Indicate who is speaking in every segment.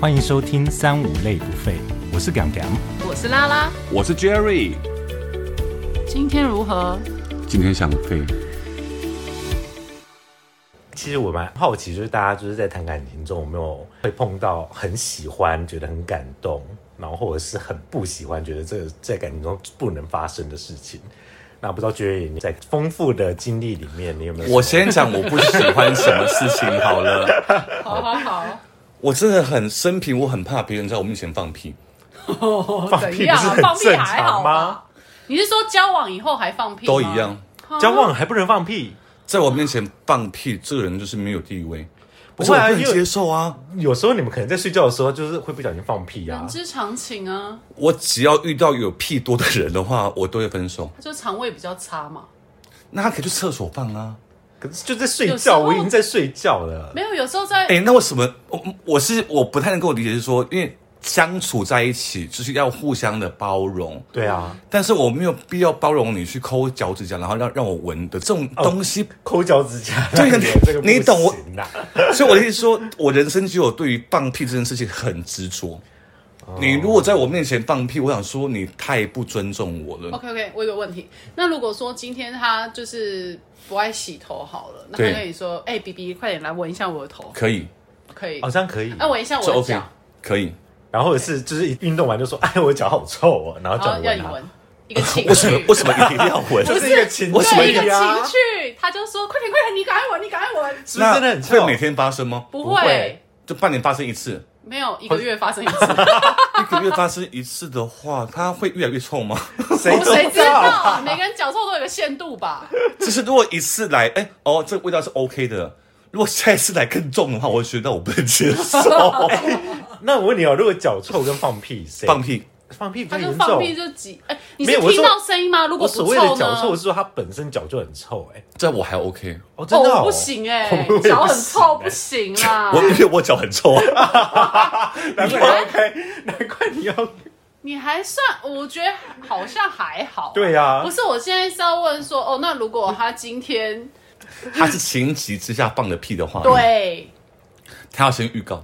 Speaker 1: 欢迎收听三五类不废，我是 Gang Gang。
Speaker 2: 我是拉拉，
Speaker 3: 我是 Jerry，
Speaker 2: 今天如何？
Speaker 3: 今天想飞，
Speaker 4: 其实我蛮好奇，就是大家就是在谈感情中有没有会碰到很喜欢，觉得很感动，然后或者是很不喜欢，觉得这个在感情中不能发生的事情。那不知道 Jerry 你在丰富的经历里面，你有没有？
Speaker 5: 我先讲我不喜欢什么事情好了，
Speaker 2: 好好好，
Speaker 5: 我真的很生平，我很怕别人在我面前放屁。
Speaker 2: 怎样 啊？
Speaker 4: 不是很
Speaker 2: 放屁还
Speaker 4: 正
Speaker 2: 好
Speaker 4: 常
Speaker 2: 吧
Speaker 4: 吗？
Speaker 2: 你是说交往以后还放屁？
Speaker 5: 都一样。，
Speaker 4: 交往还不能放屁，
Speaker 5: 在我面前放屁，这个人就是没有地位，不是
Speaker 4: 不
Speaker 5: 我
Speaker 4: 会啊
Speaker 5: 不能
Speaker 4: 因为
Speaker 5: 接受啊！
Speaker 4: 有时候你们可能在睡觉的时候，就是会不小心放屁啊
Speaker 2: 人。之常情啊，
Speaker 5: 我只要遇到有屁多的人的话， 我都会分手。
Speaker 2: 他就肠胃比较差嘛。
Speaker 5: 那他可以去厕所放啊。
Speaker 4: 可是就在睡
Speaker 2: 有时候
Speaker 4: 觉，我已经在睡觉了。
Speaker 2: 没有，有时候在
Speaker 5: 哎、那为什么我我是我不太能够理解，是说因为相处在一起就是要互相的包容，
Speaker 4: 对啊，
Speaker 5: 但是我没有必要包容你去抠脚趾甲，然后让让我闻的这种东西
Speaker 4: 抠脚趾甲，
Speaker 5: 对啊
Speaker 4: 这个不
Speaker 5: 你懂我
Speaker 4: 行啊
Speaker 5: 所以我的意思是说，我人生只有对于放屁这件事情很执着。你如果在我面前放屁，我想说你太不尊重我了。
Speaker 2: OK OK，我有个问题。那如果说今天他就是不爱洗头好了，那他
Speaker 5: 对
Speaker 2: 跟你说：“哎、b B，快点来闻一下我的头，
Speaker 5: 可以，
Speaker 2: 可以？
Speaker 4: 哦，这样可以。
Speaker 2: 那闻一下我
Speaker 5: 这
Speaker 2: 的
Speaker 5: OK，
Speaker 2: 脚，
Speaker 5: 可以。
Speaker 4: 然后或者是就是一运动完就说，哎，我脚好臭哦，然后
Speaker 2: 然
Speaker 4: 叫
Speaker 2: 后
Speaker 4: 我
Speaker 2: 要
Speaker 4: 闻
Speaker 2: 你
Speaker 4: 它
Speaker 2: 闻一个情
Speaker 5: 啊为什么
Speaker 2: 绪，
Speaker 5: 为什么一定要闻？
Speaker 4: 就是一个情啊
Speaker 5: 我什么
Speaker 2: 对一
Speaker 5: 意
Speaker 2: 个
Speaker 5: 思啊
Speaker 2: 情绪，他就说：“快点快点，你赶快闻，你赶快闻。
Speaker 4: 是不是真的很臭
Speaker 5: 会每天发生吗”？
Speaker 2: 不
Speaker 4: 不会
Speaker 5: 就半年发生一次，
Speaker 2: 没有一个月发生一次，
Speaker 5: 一个月发生一次的话，它会越来越臭吗？
Speaker 4: 谁
Speaker 2: 谁知
Speaker 4: 知道啊？
Speaker 2: 道？每个人脚臭都有一个限度吧？
Speaker 5: 就是如果一次来，哎、哦，这个味道是 OK 的。如果下一次来更重的话，我会觉得我不能接 受。
Speaker 4: 那我问你哦，如果脚臭跟放屁，谁
Speaker 5: 放屁，
Speaker 4: 放屁比较
Speaker 2: 他就
Speaker 4: 严
Speaker 2: 放屁
Speaker 4: 重？
Speaker 2: 就挤，哎、你
Speaker 4: 没
Speaker 2: 是
Speaker 4: 有我
Speaker 2: 听
Speaker 4: 说
Speaker 2: 到声音吗？如果
Speaker 4: 我
Speaker 2: 不
Speaker 4: 所谓的
Speaker 2: 臭
Speaker 4: 脚
Speaker 2: 呢？
Speaker 4: 臭我是说他本身脚就很臭，哎，
Speaker 5: 这我还 OK。
Speaker 4: 哦，真的
Speaker 2: 哦，
Speaker 4: 哦
Speaker 2: 我不，行 哎、
Speaker 4: 欸
Speaker 2: 脚很臭不行啦。
Speaker 5: 我 因为我脚很臭啊。
Speaker 4: 难怪你 OK，难怪你要
Speaker 2: 你还算，我觉得好像还好、
Speaker 4: 对啊
Speaker 2: 不是，我现在是要问说，哦，那如果他今天
Speaker 5: 他是情急之下放的屁
Speaker 4: 哦
Speaker 5: 的话，，
Speaker 2: 对
Speaker 5: 他要先预告，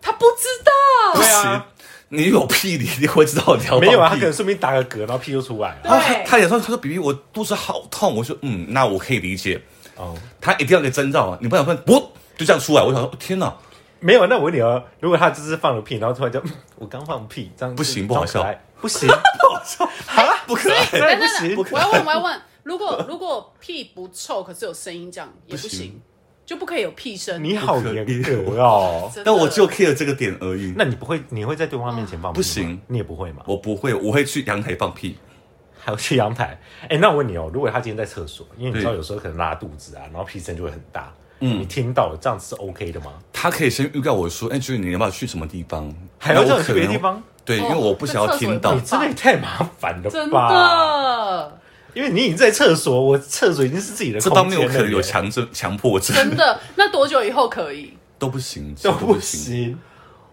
Speaker 2: 他不知道，
Speaker 5: 不
Speaker 4: 啊
Speaker 5: 行，你有屁你你会知道你要放屁
Speaker 4: 没有啊？他可能顺便打个嗝，然后屁就出来了。
Speaker 5: 然后
Speaker 2: 对
Speaker 5: 他他也说，他说比比我肚子好痛，我说嗯，那我可以理解，
Speaker 4: 哦，
Speaker 5: 他一定要有个征兆啊，你不想说不就这样出来，我想说哦天哪，
Speaker 4: 没有，那我问你哦，如果他就是放了屁，然后突然就嗯我刚放屁，这样
Speaker 5: 不行
Speaker 4: 就
Speaker 5: 不好
Speaker 4: 装可爱
Speaker 5: 笑，
Speaker 4: 不行，不好笑，
Speaker 5: 不可
Speaker 2: 等
Speaker 5: 爱，
Speaker 2: 等
Speaker 4: 不行
Speaker 2: 等，我要问，我要问，如果如果屁不臭，可是有声音这样也不行，
Speaker 5: 不行
Speaker 2: 就不可以有屁声。
Speaker 4: 你好严 格哦。
Speaker 2: 真的
Speaker 5: 但我就 care 这个点而已，
Speaker 4: 那你不会，你会在对方面前放屁吗
Speaker 5: 不行
Speaker 4: 你也不会吗？
Speaker 5: 我不会，我会去阳台放屁，
Speaker 4: 还有去阳 台。哎、那我问你哦，如果他今天在厕所，因为你知道
Speaker 5: 对
Speaker 4: 有时候可能拉肚子啊，然后屁声就会很大，嗯，你听到了，这样子是 OK 的吗？
Speaker 5: 他可以先预告我说，哎，就是你要不要去什么地方，
Speaker 4: 还要
Speaker 5: 那我
Speaker 4: 叫你去
Speaker 5: 可能
Speaker 4: 别的地方？
Speaker 5: 对，因为我不想
Speaker 2: 哦
Speaker 5: 要
Speaker 2: 在厕所
Speaker 5: 听到
Speaker 2: 也
Speaker 4: 你
Speaker 2: 不，
Speaker 4: 真的也太麻烦
Speaker 2: 真
Speaker 4: 了吧？
Speaker 2: 的
Speaker 4: 因为你已经在厕所，我厕所已经是自己的
Speaker 5: 这
Speaker 4: 空
Speaker 5: 方
Speaker 4: 间
Speaker 5: 面我可
Speaker 4: 了
Speaker 5: 能有
Speaker 4: 耶
Speaker 5: 强制强迫症，
Speaker 2: 真的，那多久以后可 以？
Speaker 5: 都不行，
Speaker 4: 都不
Speaker 5: 不。
Speaker 4: 行，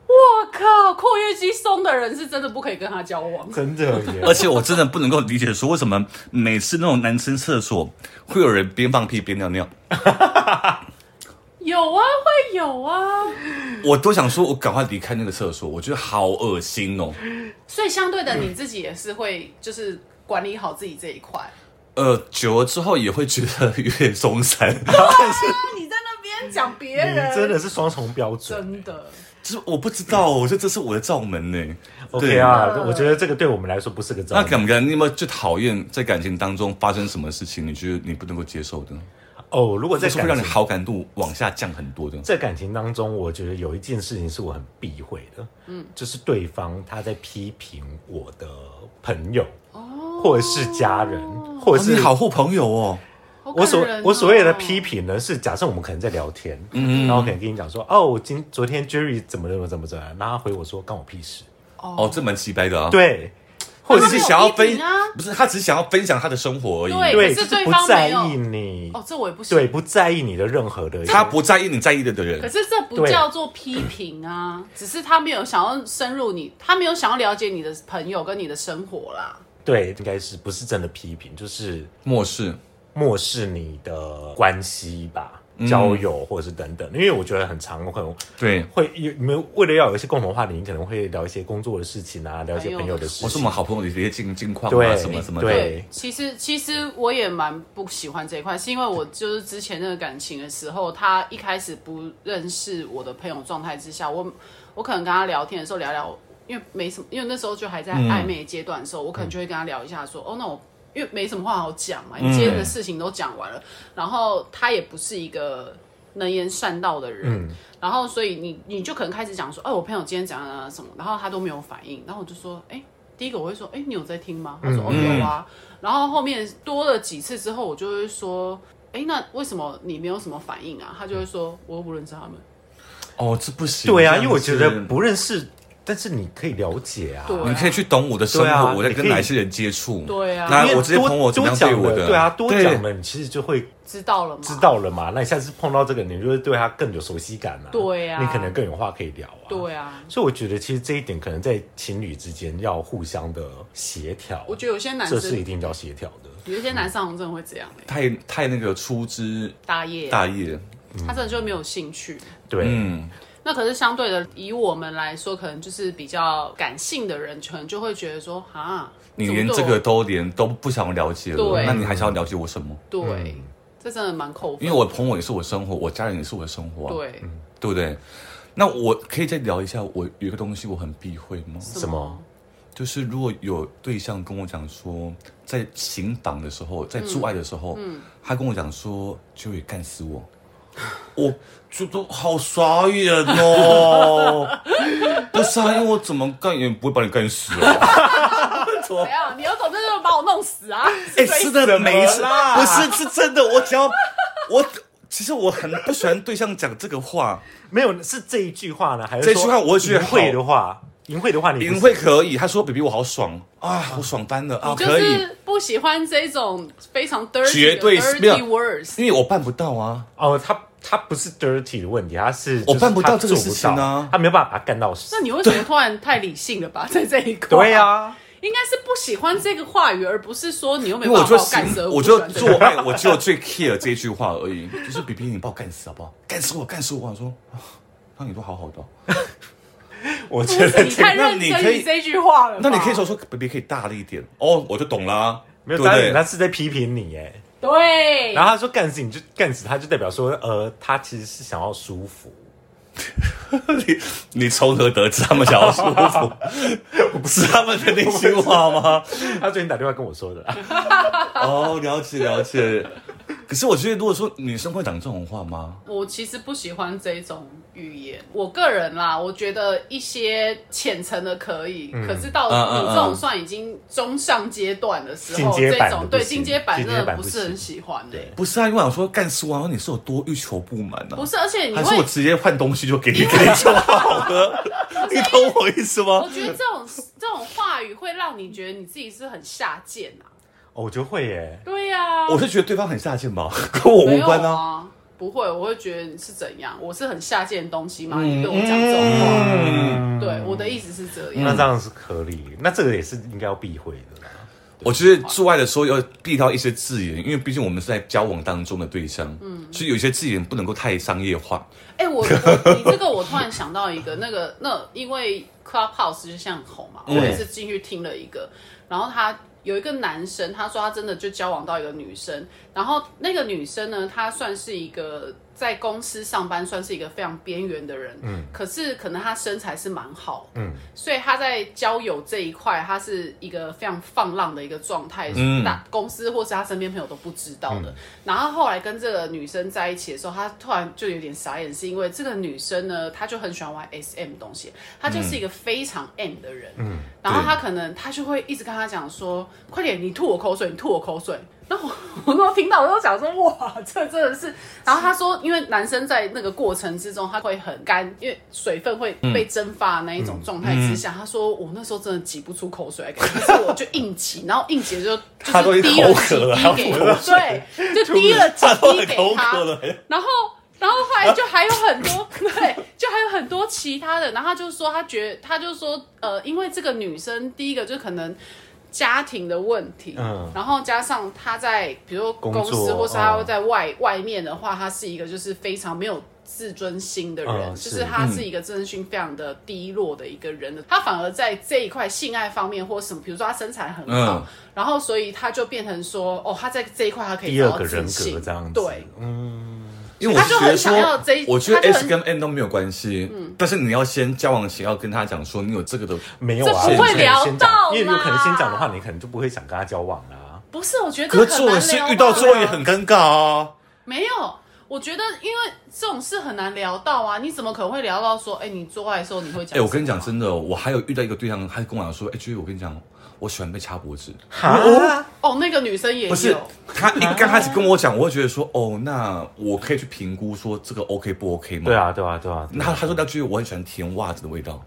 Speaker 2: 我靠，括约肌松的人是真的不可以跟他交往。
Speaker 4: 真的耶。
Speaker 5: 而且我真的不能够理解，说为什么每次那种男生厕所会有人边放屁边尿尿，
Speaker 2: 有啊，会有啊。
Speaker 5: 我都想说，我赶快离开那个厕所，我觉得好恶心哦。
Speaker 2: 所以相对的，你自己也是会就是管理好自己这一块。
Speaker 5: 呃，久了之后也会觉得有点松散，
Speaker 2: 你在那边讲 别
Speaker 4: 你真的是双重标准
Speaker 2: 真的
Speaker 5: 就是我不知道，哦我觉得这是我的罩门呢。
Speaker 4: ，OK 啊？我觉得这个对我们来说不是个
Speaker 5: 对。那
Speaker 4: 障碍。
Speaker 5: 敢不敢？你有没有最讨厌在感情当中发生什么事情？你觉得你不能够接受的，
Speaker 4: 哦，如果在
Speaker 5: 这是会
Speaker 4: 感
Speaker 5: 让你
Speaker 4: 情
Speaker 5: 好感度往下降很多的。
Speaker 4: 在感情当中，我觉得有一件事情是我很避讳的，嗯，就是对方他在批评我的朋友，哦，或者是家人，或
Speaker 5: 哦
Speaker 4: 者是、
Speaker 5: 你好护朋友哦，
Speaker 4: 我所、
Speaker 2: 好感人哦
Speaker 4: 我所谓的批评呢，是假设我们可能在聊天，嗯，然后可能跟你讲说，哦，我今昨天 Jerry 怎么怎么怎么怎么样，然后他回我说关我屁事，
Speaker 5: 哦，这蛮奇掰的啊。，
Speaker 4: 对，或
Speaker 5: 或
Speaker 4: 者
Speaker 5: 者
Speaker 4: 是
Speaker 5: 是想要分
Speaker 2: 他没有批评啊，
Speaker 5: 不是他只是想要分享他的生活而已。
Speaker 2: 对
Speaker 4: 对，
Speaker 2: 可
Speaker 4: 就是是
Speaker 2: 对
Speaker 4: 不
Speaker 2: 方
Speaker 4: 在
Speaker 2: 没有
Speaker 4: 意你，
Speaker 2: 哦，这我也不行。
Speaker 4: 对，，不在意你的任何的，
Speaker 5: 他不在意你在意的的
Speaker 2: 可
Speaker 5: 人，
Speaker 2: 是这不叫做批评啊，只是他没有想要深入你，他没有想要了解你的朋友跟你的生活啦。
Speaker 4: 对，应该是不是真的批评，就是
Speaker 5: 漠视。
Speaker 4: 漠视你的关系吧，交友或者是等等，因为我觉得很常会
Speaker 5: 对，
Speaker 4: 会有你们为了要有一些共同话题，你可能会聊一些工作的事情啊，聊一些朋友的事
Speaker 5: 我是我
Speaker 4: 情。
Speaker 5: 们好朋友的一些近近况啊，
Speaker 4: 对
Speaker 5: 什么什么的。
Speaker 4: 对
Speaker 2: 其实其实我也蛮不喜欢这一块，是因为我就是之前那个感情的时候，他一开始不认识我的朋友状态之下，我我可能跟他聊天的时候聊聊，因为没什么，因为那时候就还在暧昧阶段的时候，我可能就会跟他聊一下说，哦，那我因为没什么话好讲嘛，你今天的事情都讲完了，然后他也不是一个能言善道的
Speaker 4: 嗯
Speaker 2: 人，然后所以你你就可能开始讲说，哦，我朋友今天讲了什么，然后他都没有反应，然后我就说，哎、第一个我会说，哎、你有在听
Speaker 4: 嗯
Speaker 2: 吗？他说，哦，有啊。然后后面多了几次之后，我就会说，哎、那为什么你没有什么反应啊？他就会说，我又不认识他们。
Speaker 5: 哦，这不行。
Speaker 4: 对啊，
Speaker 5: 这样
Speaker 4: 因为我觉得
Speaker 5: 子
Speaker 4: 不认识，但是你可以了解啊。
Speaker 2: 对
Speaker 5: 你可以去懂我的生活，
Speaker 4: 对啊
Speaker 5: 我在跟
Speaker 4: 你可以
Speaker 5: 哪些人接触。
Speaker 2: 对啊
Speaker 5: 那
Speaker 4: 因为
Speaker 5: 我直接
Speaker 4: 多
Speaker 5: 朋友怎么样
Speaker 4: 多
Speaker 5: 对
Speaker 4: 讲
Speaker 5: 我的？
Speaker 4: 了对啊，多讲
Speaker 5: 对。
Speaker 4: 了，你其实就会
Speaker 2: 知道了吗？
Speaker 4: 知。道了嘛。那你下次碰到这个，你就会对他更有熟悉感啊。
Speaker 2: 对啊
Speaker 4: 你可能更有话可以聊啊。
Speaker 2: 对啊，
Speaker 4: 所以我觉得其实这一点可能在情侣之间要互相的协调。啊
Speaker 2: 我觉得有些男
Speaker 4: 这是一
Speaker 2: 生，
Speaker 4: 定要协调的。
Speaker 2: 有一些男生好像真的会这样、欸、
Speaker 5: 太太那个粗枝
Speaker 2: 大业，
Speaker 5: 大叶，
Speaker 2: 他真的就没有兴趣。
Speaker 4: 对，
Speaker 5: 嗯，
Speaker 2: 那可是相对的，以我们来说，可能就是比较感性的人，可能就会觉得说，哈，
Speaker 5: 你
Speaker 2: 怎么
Speaker 5: 连
Speaker 2: 对
Speaker 5: 这
Speaker 2: 我
Speaker 5: 个都连都不想了解了，
Speaker 2: 对
Speaker 5: 那你还想要了解我什么？
Speaker 2: 对，这真的蛮扣分。
Speaker 5: 嗯因为我的朋友也是我生活，我家人也是我的生活、啊，
Speaker 2: 对
Speaker 5: 对不对？那我可以再聊一下，我有一个东西我很避讳吗？
Speaker 4: 嗯什么？
Speaker 5: 就是如果有对象跟我讲说，在行房的时候，
Speaker 2: 嗯
Speaker 5: 在做爱的时候，他跟我讲说就会干死我，我就都好傻眼哦。不是啊，因为我怎么干也不会把你干死 哦。
Speaker 2: 怎样？你有种就是把我弄死啊！
Speaker 5: 哎、
Speaker 2: 是追
Speaker 5: 是的，每一次
Speaker 4: 啦
Speaker 5: 不是是真的，我只 要我其实我很不喜欢对象讲这个话，
Speaker 4: 没有是这一句话呢，还是
Speaker 5: 这一句话我会觉得
Speaker 4: 淫秽
Speaker 5: 好
Speaker 4: 的话，淫秽的话你不
Speaker 5: 淫
Speaker 4: 行
Speaker 5: 秽可以。他说：“baby，我好爽啊，我爽翻 了啊，
Speaker 2: 你就
Speaker 5: 可以。”
Speaker 2: 是不喜欢这种非常 dirty
Speaker 5: 绝对是
Speaker 2: 的
Speaker 5: 没有
Speaker 2: dirty words。
Speaker 5: 因为我办不到啊，
Speaker 4: 哦，他他不是 dirty 的问题，他是就
Speaker 5: 我
Speaker 4: 是
Speaker 5: 办不
Speaker 4: 他
Speaker 5: 到这个
Speaker 4: 做
Speaker 5: 事
Speaker 4: 不
Speaker 5: 情啊
Speaker 4: 到他没有办法把它干到死
Speaker 2: 那。你为什么突然太理性了吧？ 在这一块，
Speaker 4: 对，啊，
Speaker 2: 应该是不喜欢这个话语，而不是说你又没
Speaker 5: 因为我
Speaker 2: 办法
Speaker 5: 就
Speaker 2: 把我干死
Speaker 5: 行，
Speaker 2: 而
Speaker 5: 我
Speaker 2: 不
Speaker 5: 就
Speaker 2: 喜欢这个
Speaker 5: 做 爱，我就最 care 这一句话而已，就是 B B，你把我干死好不好？干死我，干死我！我说，啊那你都好好的哦，
Speaker 4: 我觉
Speaker 2: 不
Speaker 4: 得
Speaker 2: 是你太认
Speaker 5: 那你可
Speaker 2: 真
Speaker 5: 以
Speaker 2: 于这句话了吧。
Speaker 5: 那你可以说说 B B 可以大力一点哦，我就懂啦，
Speaker 4: 啊没有
Speaker 5: 对不
Speaker 4: 当然他
Speaker 5: 对？
Speaker 4: 是在批评你哎，
Speaker 2: 对，
Speaker 4: 然后他说干死你就干死他，就代表说呃，他其实是想要舒服。
Speaker 5: 你你从何得知他们想要舒 服？不是他们的内心话吗？
Speaker 4: 他最近打电话跟我说的啦，
Speaker 5: 哦，了解了解。可是我觉得，如果说女生会讲这种话吗？
Speaker 2: 我其实不喜欢这种语言，我个人啦，我觉得一些浅层的可以，可是到
Speaker 5: 嗯嗯
Speaker 2: 你这种算已经中上阶段的时候，
Speaker 4: 进阶
Speaker 2: 这
Speaker 4: 版
Speaker 2: 种
Speaker 4: 的
Speaker 2: 对
Speaker 4: 不行
Speaker 2: 进阶版
Speaker 4: 进
Speaker 2: 真
Speaker 4: 阶
Speaker 2: 的
Speaker 4: 版
Speaker 2: 不
Speaker 4: 不
Speaker 2: 是很
Speaker 4: 行
Speaker 2: 喜欢的、
Speaker 4: 对
Speaker 5: 不是啊，因为我想说干死我，然后你是有多欲求不满啊？
Speaker 2: 不是，而且你
Speaker 5: 还是
Speaker 2: 会
Speaker 5: 我，直接换东西就给你给你就 好了？你懂我意思吗
Speaker 2: 我？觉得这种这种话语会让你觉得你自己是很下贱啊。
Speaker 4: 哦我就会耶，
Speaker 2: 对呀、
Speaker 5: 我是觉得对方很下贱吧， 跟我
Speaker 2: 哦没
Speaker 5: 无
Speaker 2: 有
Speaker 5: 关啊。
Speaker 2: 啊。不会，我会觉得你是怎样？我是很下贱的东西吗？
Speaker 4: 嗯
Speaker 2: 你对我讲这种话，对我的意思是这样。
Speaker 4: 那这样是合理，那这个也是应该要避讳的啦。
Speaker 5: 我觉得做爱的时候要避掉一些字眼，因为毕竟我们是在交往当中的对象，嗯，所以有些字眼不能够太商业化。
Speaker 2: 哎、我我你这个我突然想到一个，那个那因为 Clubhouse 就像很红嘛，我
Speaker 5: 嗯
Speaker 2: 也是进去听了一个，然后他有一个男生，他说他真的就交往到一个女生，然后那个女生呢，她算是一个在公司上班，算是一个非常边缘的人，嗯，可是可能她身材是蛮好的，嗯，所以她在交友这一块，她是一个非常放浪的一个状态，
Speaker 5: 嗯
Speaker 2: 大公司或是他身边朋友都不知道的。然后后来跟这个女生在一起的时候，他突然就有点傻眼，是因为这个女生呢，她就很喜欢玩 SM 东西，她就是一个非常 M 的人。嗯，然后她可能她就会一直跟他讲说：“快点，你吐我口水，你吐我口水。” 然后我我都听到，我都想说：“哇，这真的是。”然后他说，因为男生在那个过程之中，他会很干，因为水分会
Speaker 5: 嗯
Speaker 2: 被蒸发的那一种状态之下，他说我那时候真的挤不出口水来，可是我就硬挤， 然后硬挤就
Speaker 5: 他
Speaker 2: 就
Speaker 5: 都
Speaker 2: 是
Speaker 5: 已
Speaker 2: 滴
Speaker 5: 经
Speaker 2: 了
Speaker 5: 口
Speaker 2: 几
Speaker 5: 渴
Speaker 2: 滴
Speaker 5: 了还
Speaker 2: 给
Speaker 5: 要
Speaker 2: 我，对，就滴了几
Speaker 5: 他都
Speaker 2: 滴
Speaker 5: 很
Speaker 2: 给
Speaker 5: 口
Speaker 2: 他
Speaker 5: 渴，了，
Speaker 2: 然后。然后后来就还有很多，对，就还有很多其他的。然后他就说，他觉得，他就说，呃，因为这个女生，第一个就可能家庭的问题，
Speaker 4: 嗯
Speaker 2: 然后加上他在比如说
Speaker 4: 工
Speaker 2: 公司
Speaker 4: 作
Speaker 2: 或是他
Speaker 4: 嗯
Speaker 2: 会在外、外面的话，他是一个就是非常没有。自尊心的人，
Speaker 4: 嗯
Speaker 2: 就是是他是一个自尊心非常的低落的一个人的，他反而在这一块性爱方面或什么，比如说他身材很好，
Speaker 5: 嗯
Speaker 2: 然后所以他就变成说，哦，他在这一块他可以
Speaker 4: 第
Speaker 2: 找
Speaker 4: 二
Speaker 2: 到
Speaker 4: 个
Speaker 2: 自
Speaker 4: 人格
Speaker 2: 信
Speaker 4: 这样子，
Speaker 2: 对，，
Speaker 5: 因为我是
Speaker 2: 他就
Speaker 5: 觉得说
Speaker 2: 很想要这一，
Speaker 5: 我觉得
Speaker 2: 他就很嗯
Speaker 5: S 跟 N 都没有关系，但是你要先交往前要跟他讲说你有这个的，
Speaker 4: 没有啊，
Speaker 2: 这不会
Speaker 4: 你可能
Speaker 2: 聊
Speaker 4: 先
Speaker 2: 到
Speaker 4: 讲因为如果可能先讲的话，
Speaker 2: 啦
Speaker 4: 你可能就不会想跟他交往啊啦。
Speaker 2: 不是，我觉得
Speaker 5: 可
Speaker 2: 很
Speaker 5: 是
Speaker 2: 难
Speaker 5: 做了先
Speaker 2: 聊
Speaker 5: 遇到
Speaker 2: 到
Speaker 5: 之后也
Speaker 2: 啊
Speaker 5: 很尴尬啊。
Speaker 2: 没有，我觉得因为这种事很难聊到啊，你怎么可能会聊到说，哎、你做爱的时候你会讲？啊
Speaker 5: 哎、我跟你讲，真的哦，我还有遇到一个对象，他跟我讲说，哎、居 J，我跟你讲，我喜欢被掐脖子。嗯
Speaker 4: 哈，
Speaker 2: 哦，那个女生也有，
Speaker 5: 不是他一刚开始跟我讲，我会觉得说，哦，那我可以去评估说这个 OK 不 OK 吗？
Speaker 4: 对。啊，对啊，对啊，对啊
Speaker 5: 那他说，那 J，我很喜欢甜袜子的味道，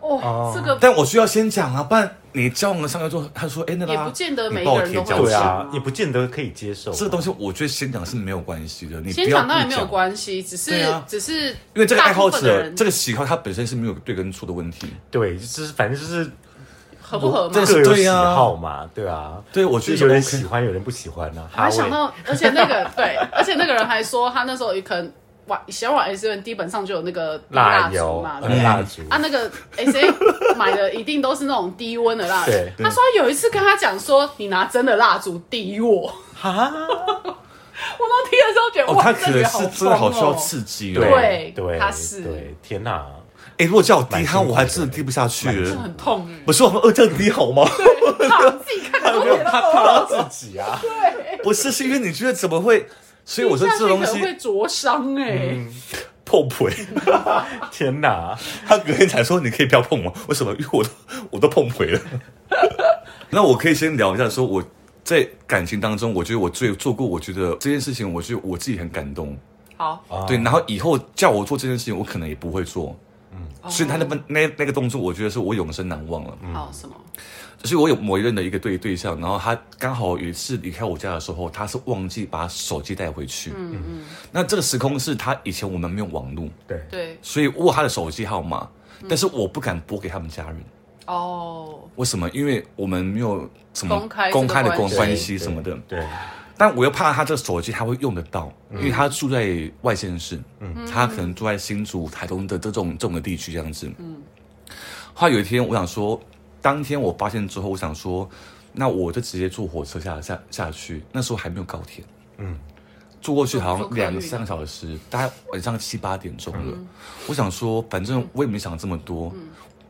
Speaker 2: 哦，这个
Speaker 5: 但我需要先讲啊，不然你交往了上来之后，他说，哎、那个啊
Speaker 2: 也不见得
Speaker 5: 你
Speaker 2: 每一
Speaker 5: 帮我
Speaker 2: 个人
Speaker 5: 贴
Speaker 2: 都会
Speaker 5: 胶
Speaker 2: 有
Speaker 4: 对
Speaker 5: 纸
Speaker 4: 啊
Speaker 2: 啊，
Speaker 4: 也不见得可以接受
Speaker 5: 这个东西我觉得先讲是没有关系的，你不
Speaker 2: 先
Speaker 5: 要
Speaker 2: 讲当然没
Speaker 5: 不
Speaker 2: 有
Speaker 5: 讲，
Speaker 2: 关系，只是、
Speaker 5: 对啊
Speaker 2: 只是
Speaker 5: 因为这个爱好
Speaker 2: 大部分的
Speaker 5: 者
Speaker 2: 人
Speaker 5: 这个喜好，它本身是没有对跟错的问题。
Speaker 4: 对，就是反正就是
Speaker 2: 合不合嘛
Speaker 5: 这但。是
Speaker 4: 各有
Speaker 5: 对
Speaker 4: 喜
Speaker 5: 啊
Speaker 4: 好嘛，对啊，
Speaker 5: 对我觉
Speaker 4: 就
Speaker 5: 得
Speaker 4: 是有人
Speaker 5: OK
Speaker 4: 喜欢，有人不喜欢呢。
Speaker 2: 我还
Speaker 4: 哈
Speaker 2: 想
Speaker 4: 喂
Speaker 2: 到，而且那个对，而且那个人还说他那时候也可能玩想玩 S N，基本上就有那个
Speaker 4: 蜡
Speaker 2: 烛
Speaker 4: 油
Speaker 2: 嘛，、对
Speaker 4: 嗯
Speaker 2: 不对？
Speaker 4: 蜡烛，
Speaker 2: 啊，那个 S A 买的一定都是那种低温的蜡烛
Speaker 4: 对。
Speaker 2: 他说他有一次跟他讲说，你拿真的蜡烛滴我，我都听的时候觉得
Speaker 5: 哦，
Speaker 2: 哇，
Speaker 5: 他可
Speaker 2: 这女
Speaker 5: 能
Speaker 2: 的
Speaker 5: 是
Speaker 2: 好
Speaker 5: 真的好需要
Speaker 2: 疯哦
Speaker 5: 刺激哦。
Speaker 2: 对
Speaker 4: 对，
Speaker 2: 他是
Speaker 4: 对，天哪，
Speaker 5: 哎、如果叫我滴
Speaker 4: 蛮
Speaker 5: 他，
Speaker 4: 辛苦
Speaker 5: 我还
Speaker 4: 的
Speaker 5: 真的滴不下去。
Speaker 2: 这很痛哎
Speaker 5: 不是我们二叫你滴好吗？
Speaker 2: 怕你自己看都
Speaker 4: 没
Speaker 2: 觉
Speaker 4: 有
Speaker 2: 得哦
Speaker 4: 他
Speaker 2: 恶
Speaker 4: 碰到自己啊，
Speaker 5: 不是，是因为你觉得怎么会？所以我说
Speaker 2: 下去
Speaker 5: 这东
Speaker 2: 可能会
Speaker 5: 西嗯
Speaker 2: 灼伤哎，
Speaker 5: 碰腿，
Speaker 4: 天哪，
Speaker 5: 他隔天才说你可以不要碰我，为什么？因为我都我都碰腿了。 那我可以先聊一下，说我在感情当中，我觉得我最做过，我觉得这件事情，我觉得我自己很感动。
Speaker 2: 好，
Speaker 4: 啊
Speaker 5: 对，然后以后叫我做这件事情，我可能也不会做。所以他那份那那个动作，我觉得是我永生难忘了。
Speaker 2: 好什么？
Speaker 5: 就是我有某一任的一个对对象，然后他刚好有一次离开我家的时候，他是忘记把手机带回去。嗯嗯。那这个时空是他以前我们没有网络，
Speaker 4: 对，
Speaker 2: 对
Speaker 5: 所以我有他的手机号码，但是我不敢拨给他们家人。
Speaker 2: 哦，
Speaker 5: 为什么？因为我们没有什么
Speaker 2: 公开这个
Speaker 5: 公开的
Speaker 2: 关
Speaker 5: 关
Speaker 2: 系
Speaker 5: 关系什么的，
Speaker 4: 对，
Speaker 5: 但我又怕他这个手机他会用得到，因为他住在外县市，嗯，他可能住在新竹、台东的这种这种的地区这样子，嗯。后来有一天，我想说，当天我发现之后，我想说，那我就直接坐火车下下下去，那时候还没有高铁，嗯，坐过去好
Speaker 2: 坐坐
Speaker 5: 像
Speaker 2: 客运
Speaker 5: 两三个小时，大概晚上七八点钟了。我想说，反正我也没想这么多，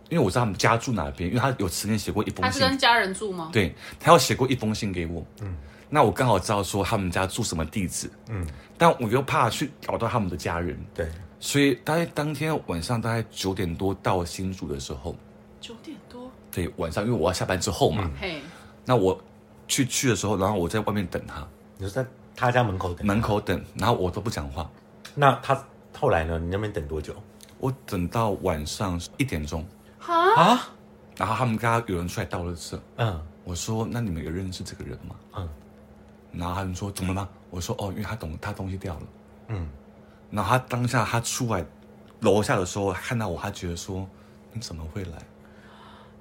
Speaker 5: 因为我知道他们家住哪边，因为嗯他有曾经写过一
Speaker 2: 他
Speaker 5: 封
Speaker 2: 是
Speaker 5: 信
Speaker 2: 跟家人住吗？
Speaker 5: 对他要写过一封信给我，嗯，那我刚好知道说他们家住什么地址，嗯，但我又怕去搞到他们的家人，
Speaker 4: 对，
Speaker 5: 所以大概当天晚上大概九点多到新竹的时候，
Speaker 2: 九点多，
Speaker 5: 对，晚上因为我要下班之后嘛，
Speaker 2: 嘿，
Speaker 5: 那我去去的时候，然后我在外面等他，
Speaker 4: 你说在他家门口等，
Speaker 5: 门口等，然后我都不讲话，
Speaker 4: 那他后来呢？你那边等多久？
Speaker 5: 我等到晚上一点钟，
Speaker 2: 哈，
Speaker 5: 然后他们家有人出来道了歉，
Speaker 4: 嗯，
Speaker 5: 我说那你们有认识这个人吗？
Speaker 4: 嗯，
Speaker 5: 然后他们说怎么了吗？我说哦，因为他懂他东西掉了。
Speaker 4: 嗯，
Speaker 5: 然后他当下他出来楼下的时候，看到我，他觉得说你怎么会来？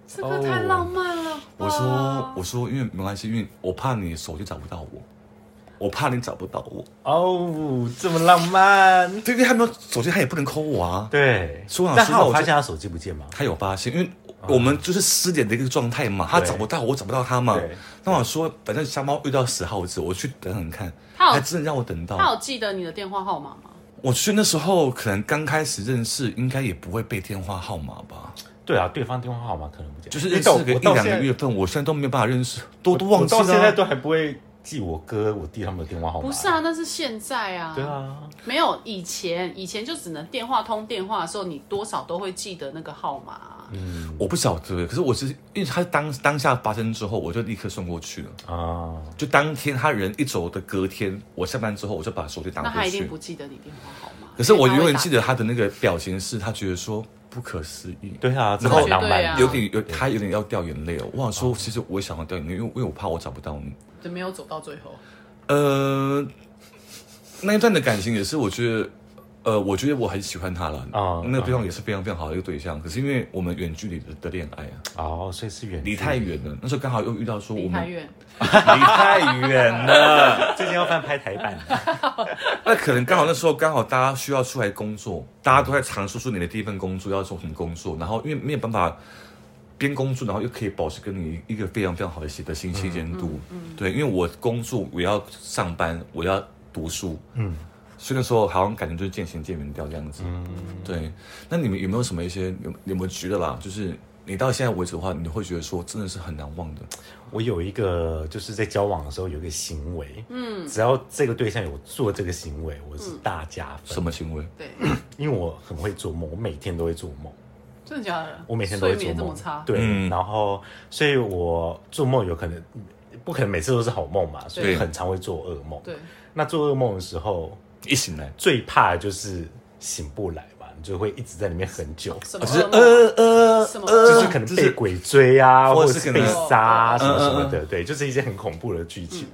Speaker 2: 这个太浪漫了吧。
Speaker 5: 哦我说我说因为没关系，因为我怕你手机找不到我，我怕你找不到我。
Speaker 4: 哦，这么浪漫，
Speaker 5: 对，因为他没有手机，他也不能扣我啊。
Speaker 4: 对，
Speaker 5: 苏老师
Speaker 4: 但他
Speaker 5: 那
Speaker 4: 有
Speaker 5: 我
Speaker 4: 发
Speaker 5: 就
Speaker 4: 现他手机不见吗？
Speaker 5: 他有发现，因为我们就是失联的一个状态嘛，他找不到我，找不到他嘛
Speaker 4: 啊对。
Speaker 5: 那我说，反正瞎猫遇到死耗子，我去等等看，
Speaker 2: 他有
Speaker 5: 还真的让我等到。
Speaker 2: 他有记得你的电话号码吗？
Speaker 5: 我去那时候可能刚开始认识，应该也不会背电话号码吧？
Speaker 4: 对啊，对方电话号码可能不见，
Speaker 5: 就是
Speaker 4: 你
Speaker 5: 认识
Speaker 4: 懂
Speaker 5: 个一
Speaker 4: 我到
Speaker 5: 两
Speaker 4: 现
Speaker 5: 个
Speaker 4: 在
Speaker 5: 月份，我现在都没有办法认识，都都
Speaker 4: 我
Speaker 5: 忘记
Speaker 4: 到
Speaker 5: 了。啊
Speaker 4: 现在都还不会记我哥我弟他们的电话号码，
Speaker 2: 不是啊，，那是现在啊。
Speaker 4: 对，啊，
Speaker 2: 没有以前，以前就只能电话通电话的时候，你多少都会记得那个号码啊。
Speaker 5: 嗯我不晓得，可是我是因为他当当下发生之后，我就立刻送过去了。
Speaker 4: 啊，
Speaker 5: 就当天他人一走的隔天，我下班之后我就把手机打
Speaker 2: 那他
Speaker 5: 回
Speaker 2: 一定
Speaker 5: 去
Speaker 2: 不。记得你电话号码。
Speaker 5: 可是我
Speaker 2: 因为他会
Speaker 5: 永远
Speaker 2: 打
Speaker 5: 记得他的那个表情是，他觉得说不可思议，
Speaker 4: 对啊，这
Speaker 5: 然后
Speaker 4: 好浪
Speaker 2: 对啊
Speaker 4: 漫，
Speaker 5: 有点有他有点要掉眼泪哦。我想说，其实我也想要掉眼泪，因为因为我怕我找不到你。
Speaker 2: 就没有走到最后。
Speaker 5: 呃，那一段的感情也是，我觉得呃，我觉得我很喜欢他了
Speaker 4: 啊
Speaker 5: 那个对象也是非常非常好的一个对象，可是因为我们远距离的的恋爱啊，
Speaker 4: 哦，所以是远距
Speaker 5: 离太远了，那时候刚好又遇到说我
Speaker 2: 离
Speaker 5: 们
Speaker 2: 太远，
Speaker 5: 离太远 了，
Speaker 4: 最近要翻拍台版，
Speaker 5: 那可能刚好那时候刚好大家需要出来工作，大家都在尝试说你的第一份工作要做什么工作，然后因为没有办法边工作，然后又可以保持跟你一个非常非常好的的新新鲜度，
Speaker 4: 嗯
Speaker 5: 对，因为我工作我要上班，我要读书，嗯，所以那时候好像感觉就是渐行渐远掉这样子，
Speaker 4: 嗯
Speaker 5: 对。那你们有没有什么一些有有没有觉得啦，就是你到现在为止的话，你会觉得说真的是很难忘的，
Speaker 4: 我有一个就是在交往的时候有一个行为，嗯，只要这个对象有做这个行为，我
Speaker 2: 嗯
Speaker 4: 是大加分，
Speaker 5: 什么行为？
Speaker 2: 对，
Speaker 4: 因为我很会做梦，我每天都会做梦，
Speaker 2: 真的假的？
Speaker 4: 我每天都会
Speaker 2: 睡
Speaker 4: 做
Speaker 2: 眠这
Speaker 4: 梦
Speaker 2: 么差，，
Speaker 4: 对，
Speaker 5: 嗯
Speaker 4: 然后所以我做梦有可能不可能每次都是好梦嘛，所以
Speaker 5: 对
Speaker 4: 很常会做噩梦。
Speaker 2: 对，
Speaker 4: 那做噩梦的时候，
Speaker 5: 一醒来，
Speaker 4: 最怕的就是醒不来嘛，你就会一直在里面很久，
Speaker 2: 什么
Speaker 5: 啊就是
Speaker 2: 噩梦？
Speaker 5: 呃
Speaker 2: 什么
Speaker 4: 哦就是
Speaker 2: 噩
Speaker 4: 可能
Speaker 5: 就是
Speaker 4: 被鬼追啊，或
Speaker 5: 或者
Speaker 4: 者
Speaker 5: 是
Speaker 4: 是
Speaker 5: 可
Speaker 4: 被
Speaker 5: 能
Speaker 4: 杀啊
Speaker 2: 嗯
Speaker 4: 什么什么的，对，就是一些很恐怖的剧情。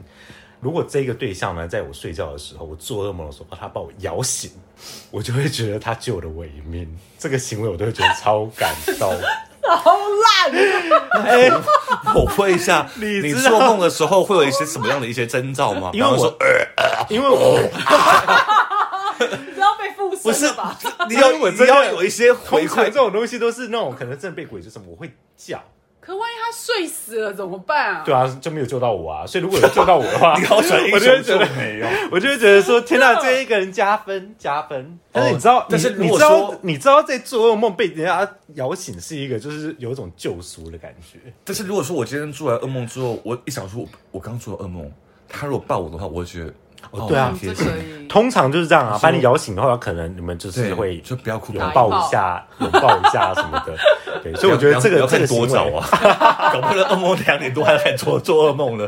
Speaker 4: 如果这个对象呢，在我睡觉的时候，我做噩梦的时候，他把我摇醒，我就会觉得他救了我一命。这个行为我都会觉得超感动。
Speaker 2: 啊
Speaker 5: 我问 一下，你
Speaker 4: 知道
Speaker 5: 做梦的时候会有一些什么样的一些征兆吗？
Speaker 4: 啊因为
Speaker 5: 然后说呃哦
Speaker 4: 我， 因为我
Speaker 2: 不要被附
Speaker 5: 不是
Speaker 2: 身了吧？，
Speaker 5: 你要
Speaker 4: 因为我真
Speaker 5: 你
Speaker 4: 的
Speaker 5: 要有一些回
Speaker 4: 通常
Speaker 5: 馈
Speaker 4: 这。种东西都是那种可能真的被鬼追什么，我会叫，
Speaker 2: 可万一他睡死了怎么办啊？
Speaker 4: 对啊，就没有救到我啊。所以如果有救到我的话，
Speaker 5: 你好喜欢英
Speaker 4: 我就会
Speaker 5: 雄
Speaker 4: 觉
Speaker 5: 救
Speaker 4: 得
Speaker 5: 美哦。
Speaker 4: 我就会觉得说，天哪，这一个人加分加分。但是你知道，
Speaker 5: 哦但是
Speaker 4: 你
Speaker 5: 如
Speaker 4: 你
Speaker 5: 果
Speaker 4: 知
Speaker 5: 说
Speaker 4: 道，你知道在做噩梦被人家摇醒是一个，就是有一种救赎的感觉。
Speaker 5: 但是如果说我今天做完噩梦之后，我一想说我，我刚做了噩梦，他如果抱我的话，我会觉得，哦
Speaker 4: 对啊
Speaker 5: 好贴
Speaker 2: 这
Speaker 5: 心
Speaker 2: 可以。
Speaker 4: 通常就是这样啊，把你摇醒的话，可能你们就是
Speaker 5: 对
Speaker 4: 会
Speaker 5: 就不要哭
Speaker 4: 拥抱一下，拥抱一下什么的。对，所以我觉得这
Speaker 5: 不
Speaker 4: 个
Speaker 5: 要
Speaker 4: 这
Speaker 5: 看
Speaker 4: 个
Speaker 5: 多
Speaker 4: 行
Speaker 5: 早
Speaker 4: 为，
Speaker 5: 啊， 搞不得噩梦两点多还在做做噩 梦了，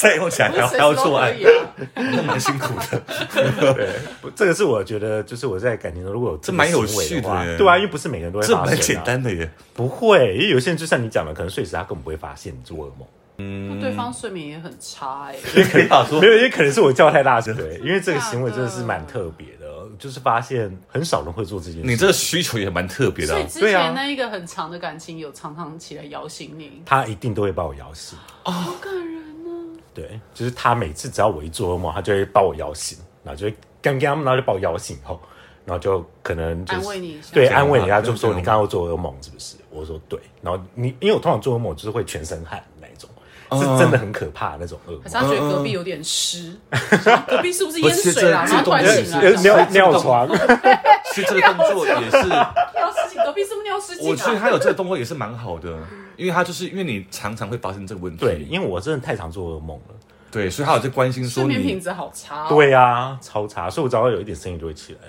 Speaker 5: 再梦起来
Speaker 2: 不
Speaker 5: 还
Speaker 2: 是随时
Speaker 5: 要还要
Speaker 2: 都
Speaker 5: 做
Speaker 2: 可
Speaker 5: 爱，
Speaker 2: 以啊，
Speaker 5: 那蛮辛苦的。
Speaker 4: 这个是我觉得就是我在感情中如果有
Speaker 5: 这
Speaker 4: 个
Speaker 5: 蛮有
Speaker 4: 行为
Speaker 5: 趣的
Speaker 4: 话
Speaker 5: 耶
Speaker 4: 对啊，因为不是每个人都会
Speaker 5: 这
Speaker 4: 发
Speaker 5: 蛮
Speaker 4: 现
Speaker 5: 简
Speaker 4: 啊，
Speaker 5: 单的耶，
Speaker 4: 不会，因为有些人就像你讲的，可能睡死他根本不会发现你做噩梦。
Speaker 5: 嗯
Speaker 2: 那对方睡眠也很差哎。
Speaker 5: 也可以啊，说
Speaker 4: 没有，也可能是我叫太大声。对，因为这个行为真的是蛮特别的，就是发现很少人会做这件事。
Speaker 5: 你这个需求也蛮特别的
Speaker 2: 所
Speaker 5: 啊
Speaker 2: 以。之
Speaker 4: 对啊
Speaker 2: 前那一个很长的感情，有常常起来摇醒你，
Speaker 4: 他一定都会把我摇醒。
Speaker 2: 好感人啊呢。
Speaker 4: 对，就是他每次只要我一做噩梦，他就会把我摇醒，然后就会刚刚，然后就把我摇醒后，然后就可能就是
Speaker 2: 安慰你一下
Speaker 4: 对，
Speaker 5: 讲话
Speaker 4: 安慰你一下，
Speaker 5: 不用
Speaker 4: 就说
Speaker 5: 讲话
Speaker 4: 你刚刚又做噩梦是不是？我说对，然后你因为我通常做噩梦，我就是会全身汗的那一种，是真的很可怕的那种噩梦
Speaker 2: 可。是他觉得隔壁有点湿，隔壁是不是淹水啦？
Speaker 5: 不是
Speaker 2: 然后突然
Speaker 5: 这
Speaker 2: 醒来，
Speaker 4: 有尿尿 床，
Speaker 5: 所以这个动作也是，
Speaker 2: 尿失禁，隔壁是不是尿 失
Speaker 5: 我
Speaker 2: 禁
Speaker 5: 觉
Speaker 2: 啊？
Speaker 5: 得他有这个动作也是蛮好的，因为他就是因为你常常会发生这个问题，
Speaker 4: 对，因为我真的太常做噩梦了。
Speaker 5: 对，所以他有在关心
Speaker 2: 睡
Speaker 5: 说
Speaker 2: 眠品
Speaker 5: 你，
Speaker 2: 质好差。，哦
Speaker 4: 对啊，超差，所以我只要有一点声音就会起来。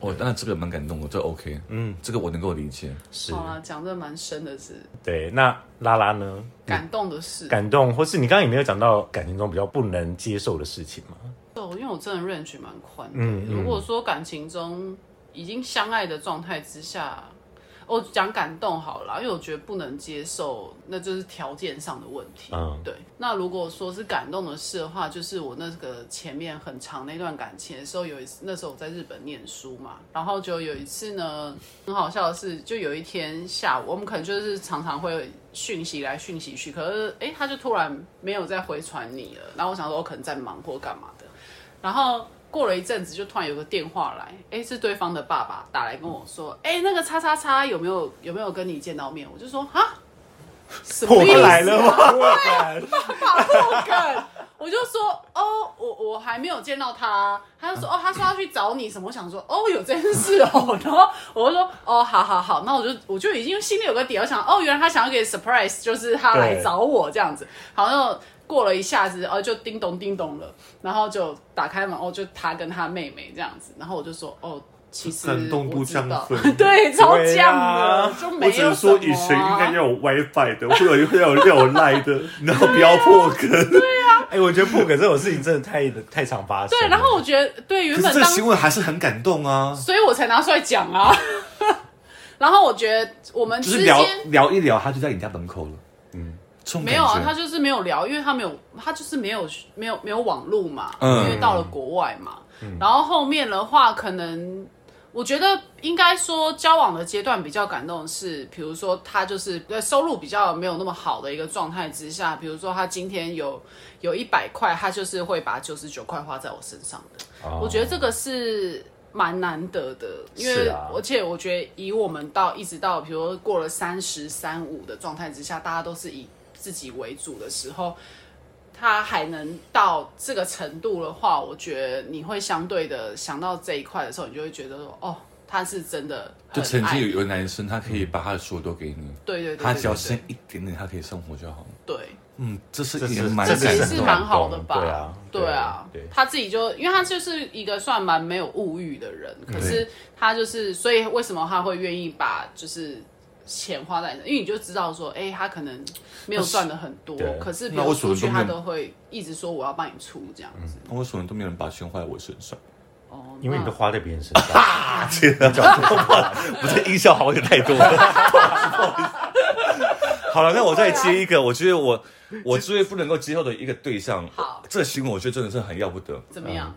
Speaker 5: 哦，那这个蛮感动的，这 OK，嗯，这个我能够理解。
Speaker 4: 是，
Speaker 2: 好了，讲的蛮深的是
Speaker 4: 对，那拉拉呢？
Speaker 2: 感动的事。
Speaker 4: 感动，或是你刚刚也没有讲到感情中比较不能接受的事情嘛？
Speaker 2: 哦，因为我真的 range 蛮宽的。如果说感情中已经相爱的状态之下，我讲感动好了啦，因为我觉得不能接受，那就是条件上的问题。
Speaker 4: 嗯
Speaker 2: 对。那如果说是感动的事的话，就是我那个前面很长那段感情的时候，有一次那时候我在日本念书嘛，然后就有一次呢，很好笑的是，就有一天下午，我们可能就是常常会讯息来讯息去，可是哎、诶他就突然没有再回传你了，然后我想说，哦我可能在忙或干嘛的。然后过了一阵子，就突然有个电话来，哎，是对方的爸爸打来跟我说，哎，那个叉叉叉有没有有没有跟你见到面？我就说啊，什么
Speaker 4: 破
Speaker 2: 意思、啊？
Speaker 4: 来了吗？破来，
Speaker 2: 爸破梗，我就说哦，我我还没有见到他，他就说哦，他说要去找你什么，我想说哦有这件事哦，然后我就说哦，好好好，那我就我就已经心里有个底，我想哦，原来他想要给 surprise，就是他来
Speaker 4: 对
Speaker 2: 找我这样子，好，然后过了一下子，哦就叮咚叮咚了，然后就打开门，哦就他跟他妹妹这样子，然后我就说哦。其实
Speaker 6: 感动
Speaker 2: 我
Speaker 6: 度
Speaker 2: 知道
Speaker 6: 降，分
Speaker 2: 对，超
Speaker 4: 对
Speaker 2: 降
Speaker 4: 啊
Speaker 2: 的，就没
Speaker 6: 我
Speaker 2: 有
Speaker 6: 只
Speaker 2: 什
Speaker 6: 能说，
Speaker 2: 么啊。
Speaker 6: 以前应该要有 WiFi 的，会有会有要有 Line 的，然后不要破梗。
Speaker 2: 啊
Speaker 4: 哎、我觉得破梗这种事情真的太太常发生了。
Speaker 2: 对，然后我觉得对原
Speaker 6: 可是
Speaker 2: 本
Speaker 6: 这个
Speaker 2: 当
Speaker 6: 行为还是很感动啊，
Speaker 2: 所以我才拿出来讲啊。 然后我觉得我们
Speaker 5: 就是
Speaker 2: 之间
Speaker 5: 聊聊一聊，他就在你家门口了。嗯，这种
Speaker 2: 没有啊
Speaker 5: 感，觉
Speaker 2: 他就是没有聊，因为他没有，他就是没有没有没有网路嘛，
Speaker 5: 嗯
Speaker 2: 因为到了国外嘛。然后后面的话，可能我觉得应该说交往的阶段比较感动的是，比如说他就是呃收入比较没有那么好的一个状态之下，比如说他今天有有一百块，他就是会把九十九块花在我身上的。
Speaker 5: 哦
Speaker 2: 我觉得这个是蛮难得的，因
Speaker 4: 是
Speaker 2: 为、
Speaker 4: 啊
Speaker 2: 而且我觉得以我们到一直到比如说过了三十三五的状态之下，大家都是以自己为主的时候，他还能到这个程度的话，我觉得你会相对的想到这一块的时候，你就会觉得说，哦，他是真的
Speaker 5: 就
Speaker 2: 很
Speaker 5: 曾
Speaker 2: 爱
Speaker 5: 经有
Speaker 2: 你，
Speaker 5: 有个男生，他可以
Speaker 6: 嗯
Speaker 5: 把他的所有都给你，
Speaker 2: 对对对对
Speaker 5: 他只要
Speaker 2: 对
Speaker 5: 剩一点点，他可以生活就好了。
Speaker 2: 对。
Speaker 5: 嗯，这是
Speaker 4: 这
Speaker 5: 也
Speaker 4: 是
Speaker 5: 蛮
Speaker 4: 这
Speaker 2: 这
Speaker 5: 感
Speaker 4: 是
Speaker 2: 其实
Speaker 5: 动的，
Speaker 2: 是蛮好的吧？
Speaker 4: 对啊
Speaker 2: 对啊，
Speaker 4: 对对
Speaker 2: 他自己就，因为他就是一个算蛮没有物欲的人，
Speaker 5: 嗯
Speaker 2: 可是他就是，所以为什么他会愿意把就是钱花在，因为你就知道说，哎、他可能没有赚的很多
Speaker 4: 对，
Speaker 2: 可是比
Speaker 5: 那
Speaker 2: 如
Speaker 5: 为什么
Speaker 2: 出去
Speaker 5: 都没
Speaker 2: 他
Speaker 5: 有嗯
Speaker 2: 都会一直说我要帮你出这样子。
Speaker 5: 那为什么都没有人把钱花在我身上？
Speaker 2: 哦，
Speaker 4: 嗯因为你
Speaker 2: 那
Speaker 4: 都花在别人身上，
Speaker 5: 我这音效好像有点太多了。好了，那我再接一个，我觉得我 我最不能够接受的一个对象
Speaker 2: 好，
Speaker 5: 这个行为我觉得真的是很要不得。
Speaker 2: 怎么样？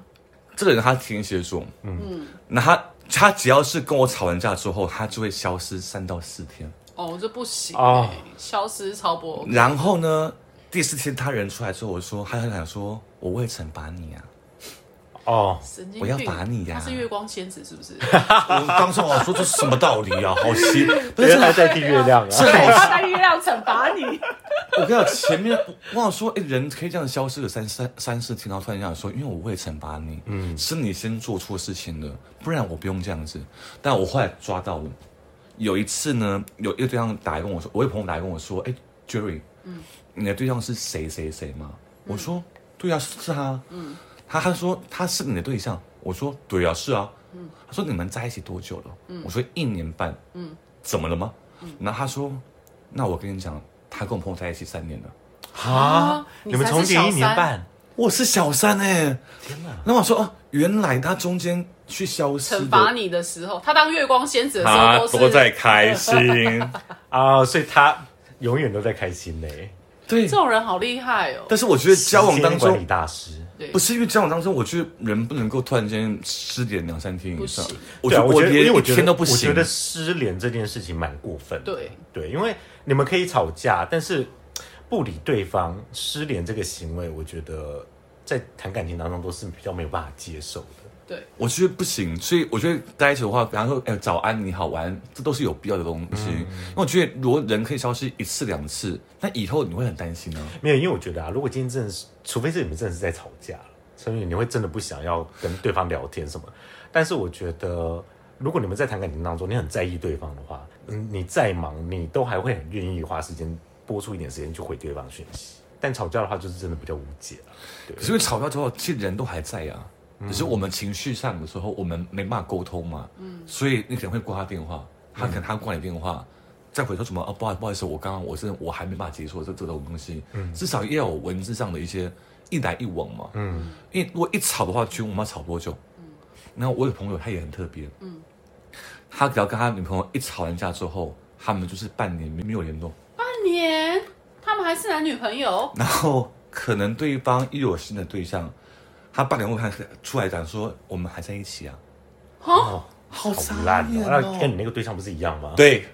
Speaker 5: 这个人他天蝎座，嗯，那他他只要是跟我吵完架之后，他就会消失三到四天，
Speaker 2: 哦，我这不行、
Speaker 4: 哦
Speaker 2: 哎消失超波。
Speaker 5: 然后呢，第四天他人出来之后，我说他很想说，我会惩罚你啊，
Speaker 4: 哦，
Speaker 2: 神经病！
Speaker 5: 我要打你呀
Speaker 2: 他是月光仙子是不 是？
Speaker 5: 我当时我说这是什么道理啊，好奇，不是
Speaker 4: 因为
Speaker 5: 真
Speaker 4: 他
Speaker 5: 的
Speaker 4: 在地月亮啊，
Speaker 5: 这好
Speaker 2: 他在月亮惩罚你。
Speaker 5: 我跟你讲，前面我想说，哎、人可以这样消失个三三三四天，然后突然这样说，因为我会惩罚你，嗯，是你先做错事情的，不然我不用这样子。但我后来抓到了，有一次呢，有一个对象打来跟我说，我有朋友打来跟我说，哎、j e r r y 嗯，你的对象是谁谁谁吗？我说，对啊，是他，嗯，他他说他是你的对象，我说对啊，是啊，嗯，他说你们在一起多久了？嗯，我说一年半，嗯，怎么了吗？然后他说，那我跟你讲，他跟我朋友在一起三年了。
Speaker 4: 啊，你们
Speaker 2: 才是
Speaker 4: 重叠一
Speaker 2: 小
Speaker 4: 年
Speaker 2: 三
Speaker 4: 半，
Speaker 5: 我是小三哎、天哪！那我说哦，原来他中间去消失
Speaker 2: 惩
Speaker 5: 的，
Speaker 2: 罚你的时候，他当月光仙子的时
Speaker 5: 他
Speaker 2: 候都是
Speaker 5: 都在开心，
Speaker 4: 啊，所以他永远都在开心呢。
Speaker 5: 对
Speaker 2: 这。种人好厉害哦。
Speaker 5: 但是我觉得交往当
Speaker 4: 时间管理
Speaker 5: 中，
Speaker 4: 大师，
Speaker 2: 对，
Speaker 5: 不是因为交往当中，我觉得人不能够突然间失联两三天以上
Speaker 2: 不行，
Speaker 5: 我
Speaker 4: 对
Speaker 5: 觉
Speaker 4: 啊
Speaker 5: 得
Speaker 4: 我觉得，因为
Speaker 5: 连
Speaker 4: 我
Speaker 5: 一
Speaker 4: 觉
Speaker 5: 天
Speaker 4: 得
Speaker 5: 都不
Speaker 4: 我
Speaker 5: 行
Speaker 4: 觉。得失联这件事情蛮过分的。
Speaker 2: 对
Speaker 4: 对，因为你们可以吵架，但是不理对方失联这个行为，我觉得在谈感情当中都是比较没有办法接受的。
Speaker 2: 对，
Speaker 5: 我觉得不行，所以我觉得在一起的话，比方说，哎、早安，你好，晚安，这都是有必要的东西。因为我觉得，如果人可以消失一次两次，那以后你会很担心啊。
Speaker 4: 没有，因为我觉得啊，如果今天真的是，除非是你们真的是在吵架了，所以你会真的不想要跟对方聊天什么。但是我觉得，如果你们在谈感情当中，你很在意对方的话，嗯，你再忙，你都还会很愿意花时间拨出一点时间去回对方讯息。但吵架的话，就是真的比较无解了。
Speaker 5: 可是因为吵架之后，其实人都还在啊，只是我们情绪上的时候，我们没办法沟通嘛，所以你可能会挂他电话，他可能他挂你电话，再回头什么啊，不好意思不好意思，我刚刚我真的我还没办法接受这这种东西，至少也要有文字上的一些一来一往嘛，嗯，因为如果一吵的话，觉得我们要吵多久？然后我有朋友他也很特别，嗯，他只要跟他女朋友一吵完架之后，他们就是半年没有联络，
Speaker 2: 半年，他们还是男女朋友，
Speaker 5: 然后可能对方又有新的对象，他半年后他出来讲说我们还在一起啊，
Speaker 4: 哦，
Speaker 5: 好
Speaker 4: 好烂哦！那跟你那个对象不是一样吗？，
Speaker 5: 对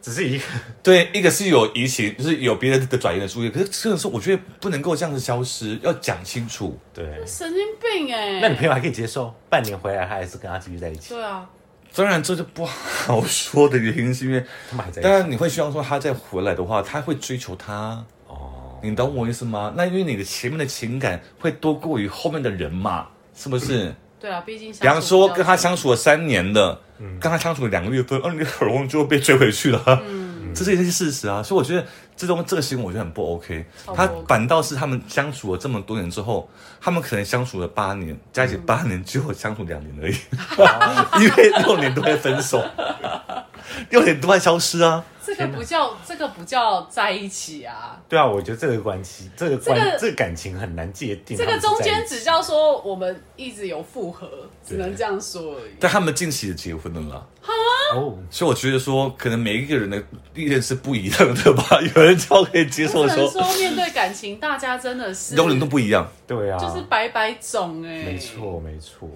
Speaker 4: 只是一个
Speaker 5: 对，一个是有移情，就是有别人的转移的注意，可是这个时候我觉得不能够这样子消失，要讲清楚。
Speaker 4: 对。
Speaker 2: 神经病哎。
Speaker 4: 那你朋友还可以接受，半年回来他还是跟他继续在一起，
Speaker 2: 对啊，
Speaker 5: 当然这就不好说的原因是因为，
Speaker 4: 他们还在
Speaker 5: 当
Speaker 4: 一起。
Speaker 5: 然你会希望说他再回来的话，他会追求他。
Speaker 4: 哦，
Speaker 5: 你懂我意思吗？那因为你的前面的情感会多过于后面的人嘛，是不是？
Speaker 2: 对啊，毕竟
Speaker 5: 比方说跟他
Speaker 2: 相
Speaker 5: 相处了三年的，跟他相处了两个月份，哦，你的耳光就被追回去了，这是一些事实啊。所以我觉得这种这个行为我觉得很不 OK。
Speaker 2: 超不
Speaker 5: 他
Speaker 2: OK
Speaker 5: 反倒是他们相处了这么多年之后，他们可能相处了八年，加起来八年只有相处两年而已， 因为六年都会分手，六年都会消失啊。
Speaker 2: 处，这个不叫这个不叫在一起啊，
Speaker 4: 对啊，我觉得这个关系，这个关，
Speaker 2: 这个
Speaker 4: 这个感情很难界定。
Speaker 2: 这
Speaker 4: 他
Speaker 2: 个
Speaker 4: 们是在
Speaker 2: 中
Speaker 4: 一
Speaker 2: 间
Speaker 4: 起
Speaker 2: 只叫说我们一直有复合，只能这样说而已。
Speaker 5: 但他们近期也结婚了啦，
Speaker 4: 哦，
Speaker 5: 所以我觉得说，可能每一个人的意见是不一样的吧。 有人超可以接受
Speaker 2: 不
Speaker 5: 的时
Speaker 2: 能
Speaker 5: 候，
Speaker 2: 说面对感情，大家真的是
Speaker 5: 有人都不一样。
Speaker 4: 对啊，
Speaker 2: 就是百百种哎，
Speaker 4: 没，错没错。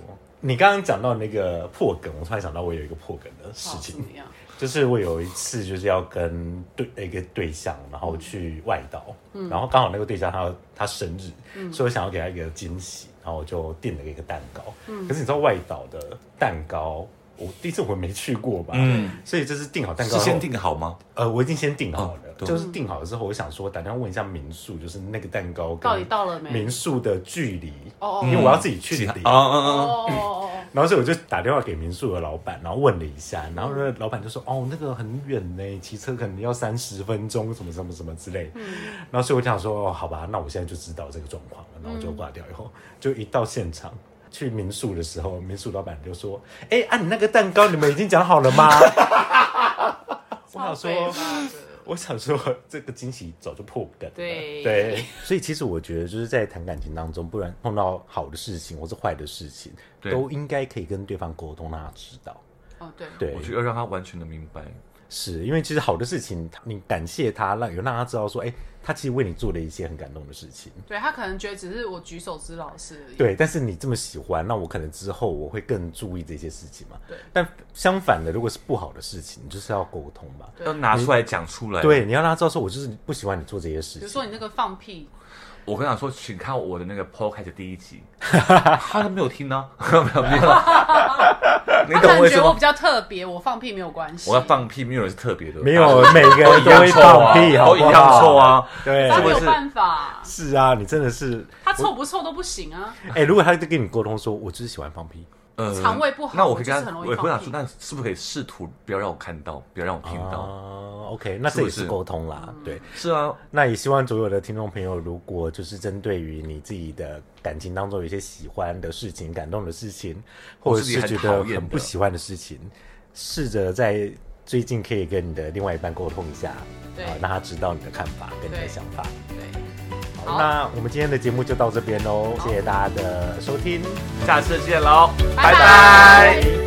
Speaker 4: 你刚刚讲到那个破梗，我突然想到我有一个破梗的事
Speaker 2: 好
Speaker 4: 情
Speaker 2: 怎，么样？
Speaker 4: 就是我有一次就是要跟对一个对象，然后去外岛，
Speaker 2: 嗯
Speaker 4: 然后刚好那个对象他他生日，所以我想要给他一个惊喜，然后我就订了一个蛋糕。
Speaker 2: 嗯
Speaker 4: 可是你知道外岛的蛋糕，我第一次我没去过吧，
Speaker 5: 嗯
Speaker 4: 所以就是订好蛋糕
Speaker 5: 是
Speaker 4: 后
Speaker 5: 先定好吗？
Speaker 4: 呃，我已经先订好了，
Speaker 5: 哦对
Speaker 4: 就是订好了之后，我想说打电话问一下民宿，就是那个蛋糕跟
Speaker 2: 到底到了没
Speaker 4: 民宿的距离，
Speaker 2: 哦哦
Speaker 4: 因为我要自己去领。
Speaker 5: 啊啊啊！
Speaker 2: 哦哦哦
Speaker 4: 然后所以我就打电话给民宿的老板，然后问了一下，然后那个老板就说：“哦，那个很远呢，骑车可能要三十分钟，什么什么什么之类。”
Speaker 2: 嗯
Speaker 4: 然后所以我就想说：“哦，好吧，那我现在就知道这个状况了。”然后就挂掉以后，就一到现场去民宿的时候，民宿老板就说：“哎，啊，你那个蛋糕你们已经讲好了吗？”我想
Speaker 2: 哦，超北
Speaker 4: 说，
Speaker 2: 吧
Speaker 4: 我想说这个惊喜早就破梗了。
Speaker 2: 对
Speaker 4: 对，所以其实我觉得就是在谈感情当中，不然碰到好的事情或是坏的事情，
Speaker 5: 对
Speaker 4: 都应该可以跟对方沟通，让他知道。
Speaker 2: 哦对，
Speaker 4: 对
Speaker 5: 我，觉得要让他完全的明白，
Speaker 4: 是因为其实好的事情，他你感谢他，让有让他知道说，哎、他其实为你做了一些很感动的事情。
Speaker 2: 对他可能觉得只是我举手之劳的事而已。
Speaker 4: 对，但是你这么喜欢，那我可能之后我会更注意这些事情嘛。
Speaker 2: 对
Speaker 4: 但相反的，如果是不好的事情，你就是要沟通嘛。
Speaker 2: 对
Speaker 5: 要拿出来讲出来。，
Speaker 4: 对，你要让他知道说，我就是不喜欢你做这些事
Speaker 2: 比如
Speaker 4: 情。
Speaker 2: 说你那个放屁，
Speaker 5: 我跟他说，请看我的那个 podcast 第一 集，他都没有听呢， 没有没 有，你
Speaker 2: 他可
Speaker 5: 懂
Speaker 2: 能
Speaker 5: 为
Speaker 2: 觉
Speaker 5: 什
Speaker 2: 得我
Speaker 5: 么
Speaker 2: 比？较特别，我放屁没有关系。
Speaker 5: 我要放屁，没有人是特别的，
Speaker 4: 没有每个人
Speaker 5: 都
Speaker 4: 都会
Speaker 5: 一样臭啊
Speaker 4: 放屁，好
Speaker 5: 都
Speaker 4: 不
Speaker 5: 一
Speaker 4: 好？
Speaker 5: 样臭啊。
Speaker 4: 对
Speaker 2: 他，
Speaker 5: 这
Speaker 2: 没
Speaker 5: 个
Speaker 2: 有
Speaker 5: 是
Speaker 2: 办法，
Speaker 4: 是啊，你真的是，
Speaker 2: 他臭不臭都不行啊。
Speaker 4: 哎、如果他就跟你沟通说，我就是喜欢放屁，
Speaker 5: 呃
Speaker 2: 肠胃不好
Speaker 5: 那我可以
Speaker 2: 就
Speaker 5: 跟
Speaker 2: 是
Speaker 5: 他，
Speaker 2: 很容易
Speaker 5: 我会跟他
Speaker 2: 放屁，
Speaker 5: 说那是不是可以试图不要让我看到，不要让我听到？
Speaker 4: 哦 OK，那
Speaker 5: 是
Speaker 4: 这
Speaker 5: 不
Speaker 4: 也是嗯
Speaker 5: 是
Speaker 4: 沟通啦，对。
Speaker 5: 是啊，
Speaker 4: 那也希望所有的听众朋友，如果就是针对于你自己的感情当中有一些喜欢的事情、感动的事情，或
Speaker 5: 或
Speaker 4: 者
Speaker 5: 是你
Speaker 4: 是
Speaker 5: 很
Speaker 4: 觉
Speaker 5: 讨
Speaker 4: 得
Speaker 5: 厌的
Speaker 4: 很不喜欢的事情，试着在最近可以跟你的另外一半沟通一下，
Speaker 2: 对
Speaker 4: 啊，让他知道你的看法跟你的
Speaker 2: 对
Speaker 4: 想法。
Speaker 2: 对，
Speaker 4: 好，那我们今天的节目哦就到这边喽，谢谢大家的收听。
Speaker 5: 下次见喽，
Speaker 2: 拜
Speaker 5: 拜拜
Speaker 2: 拜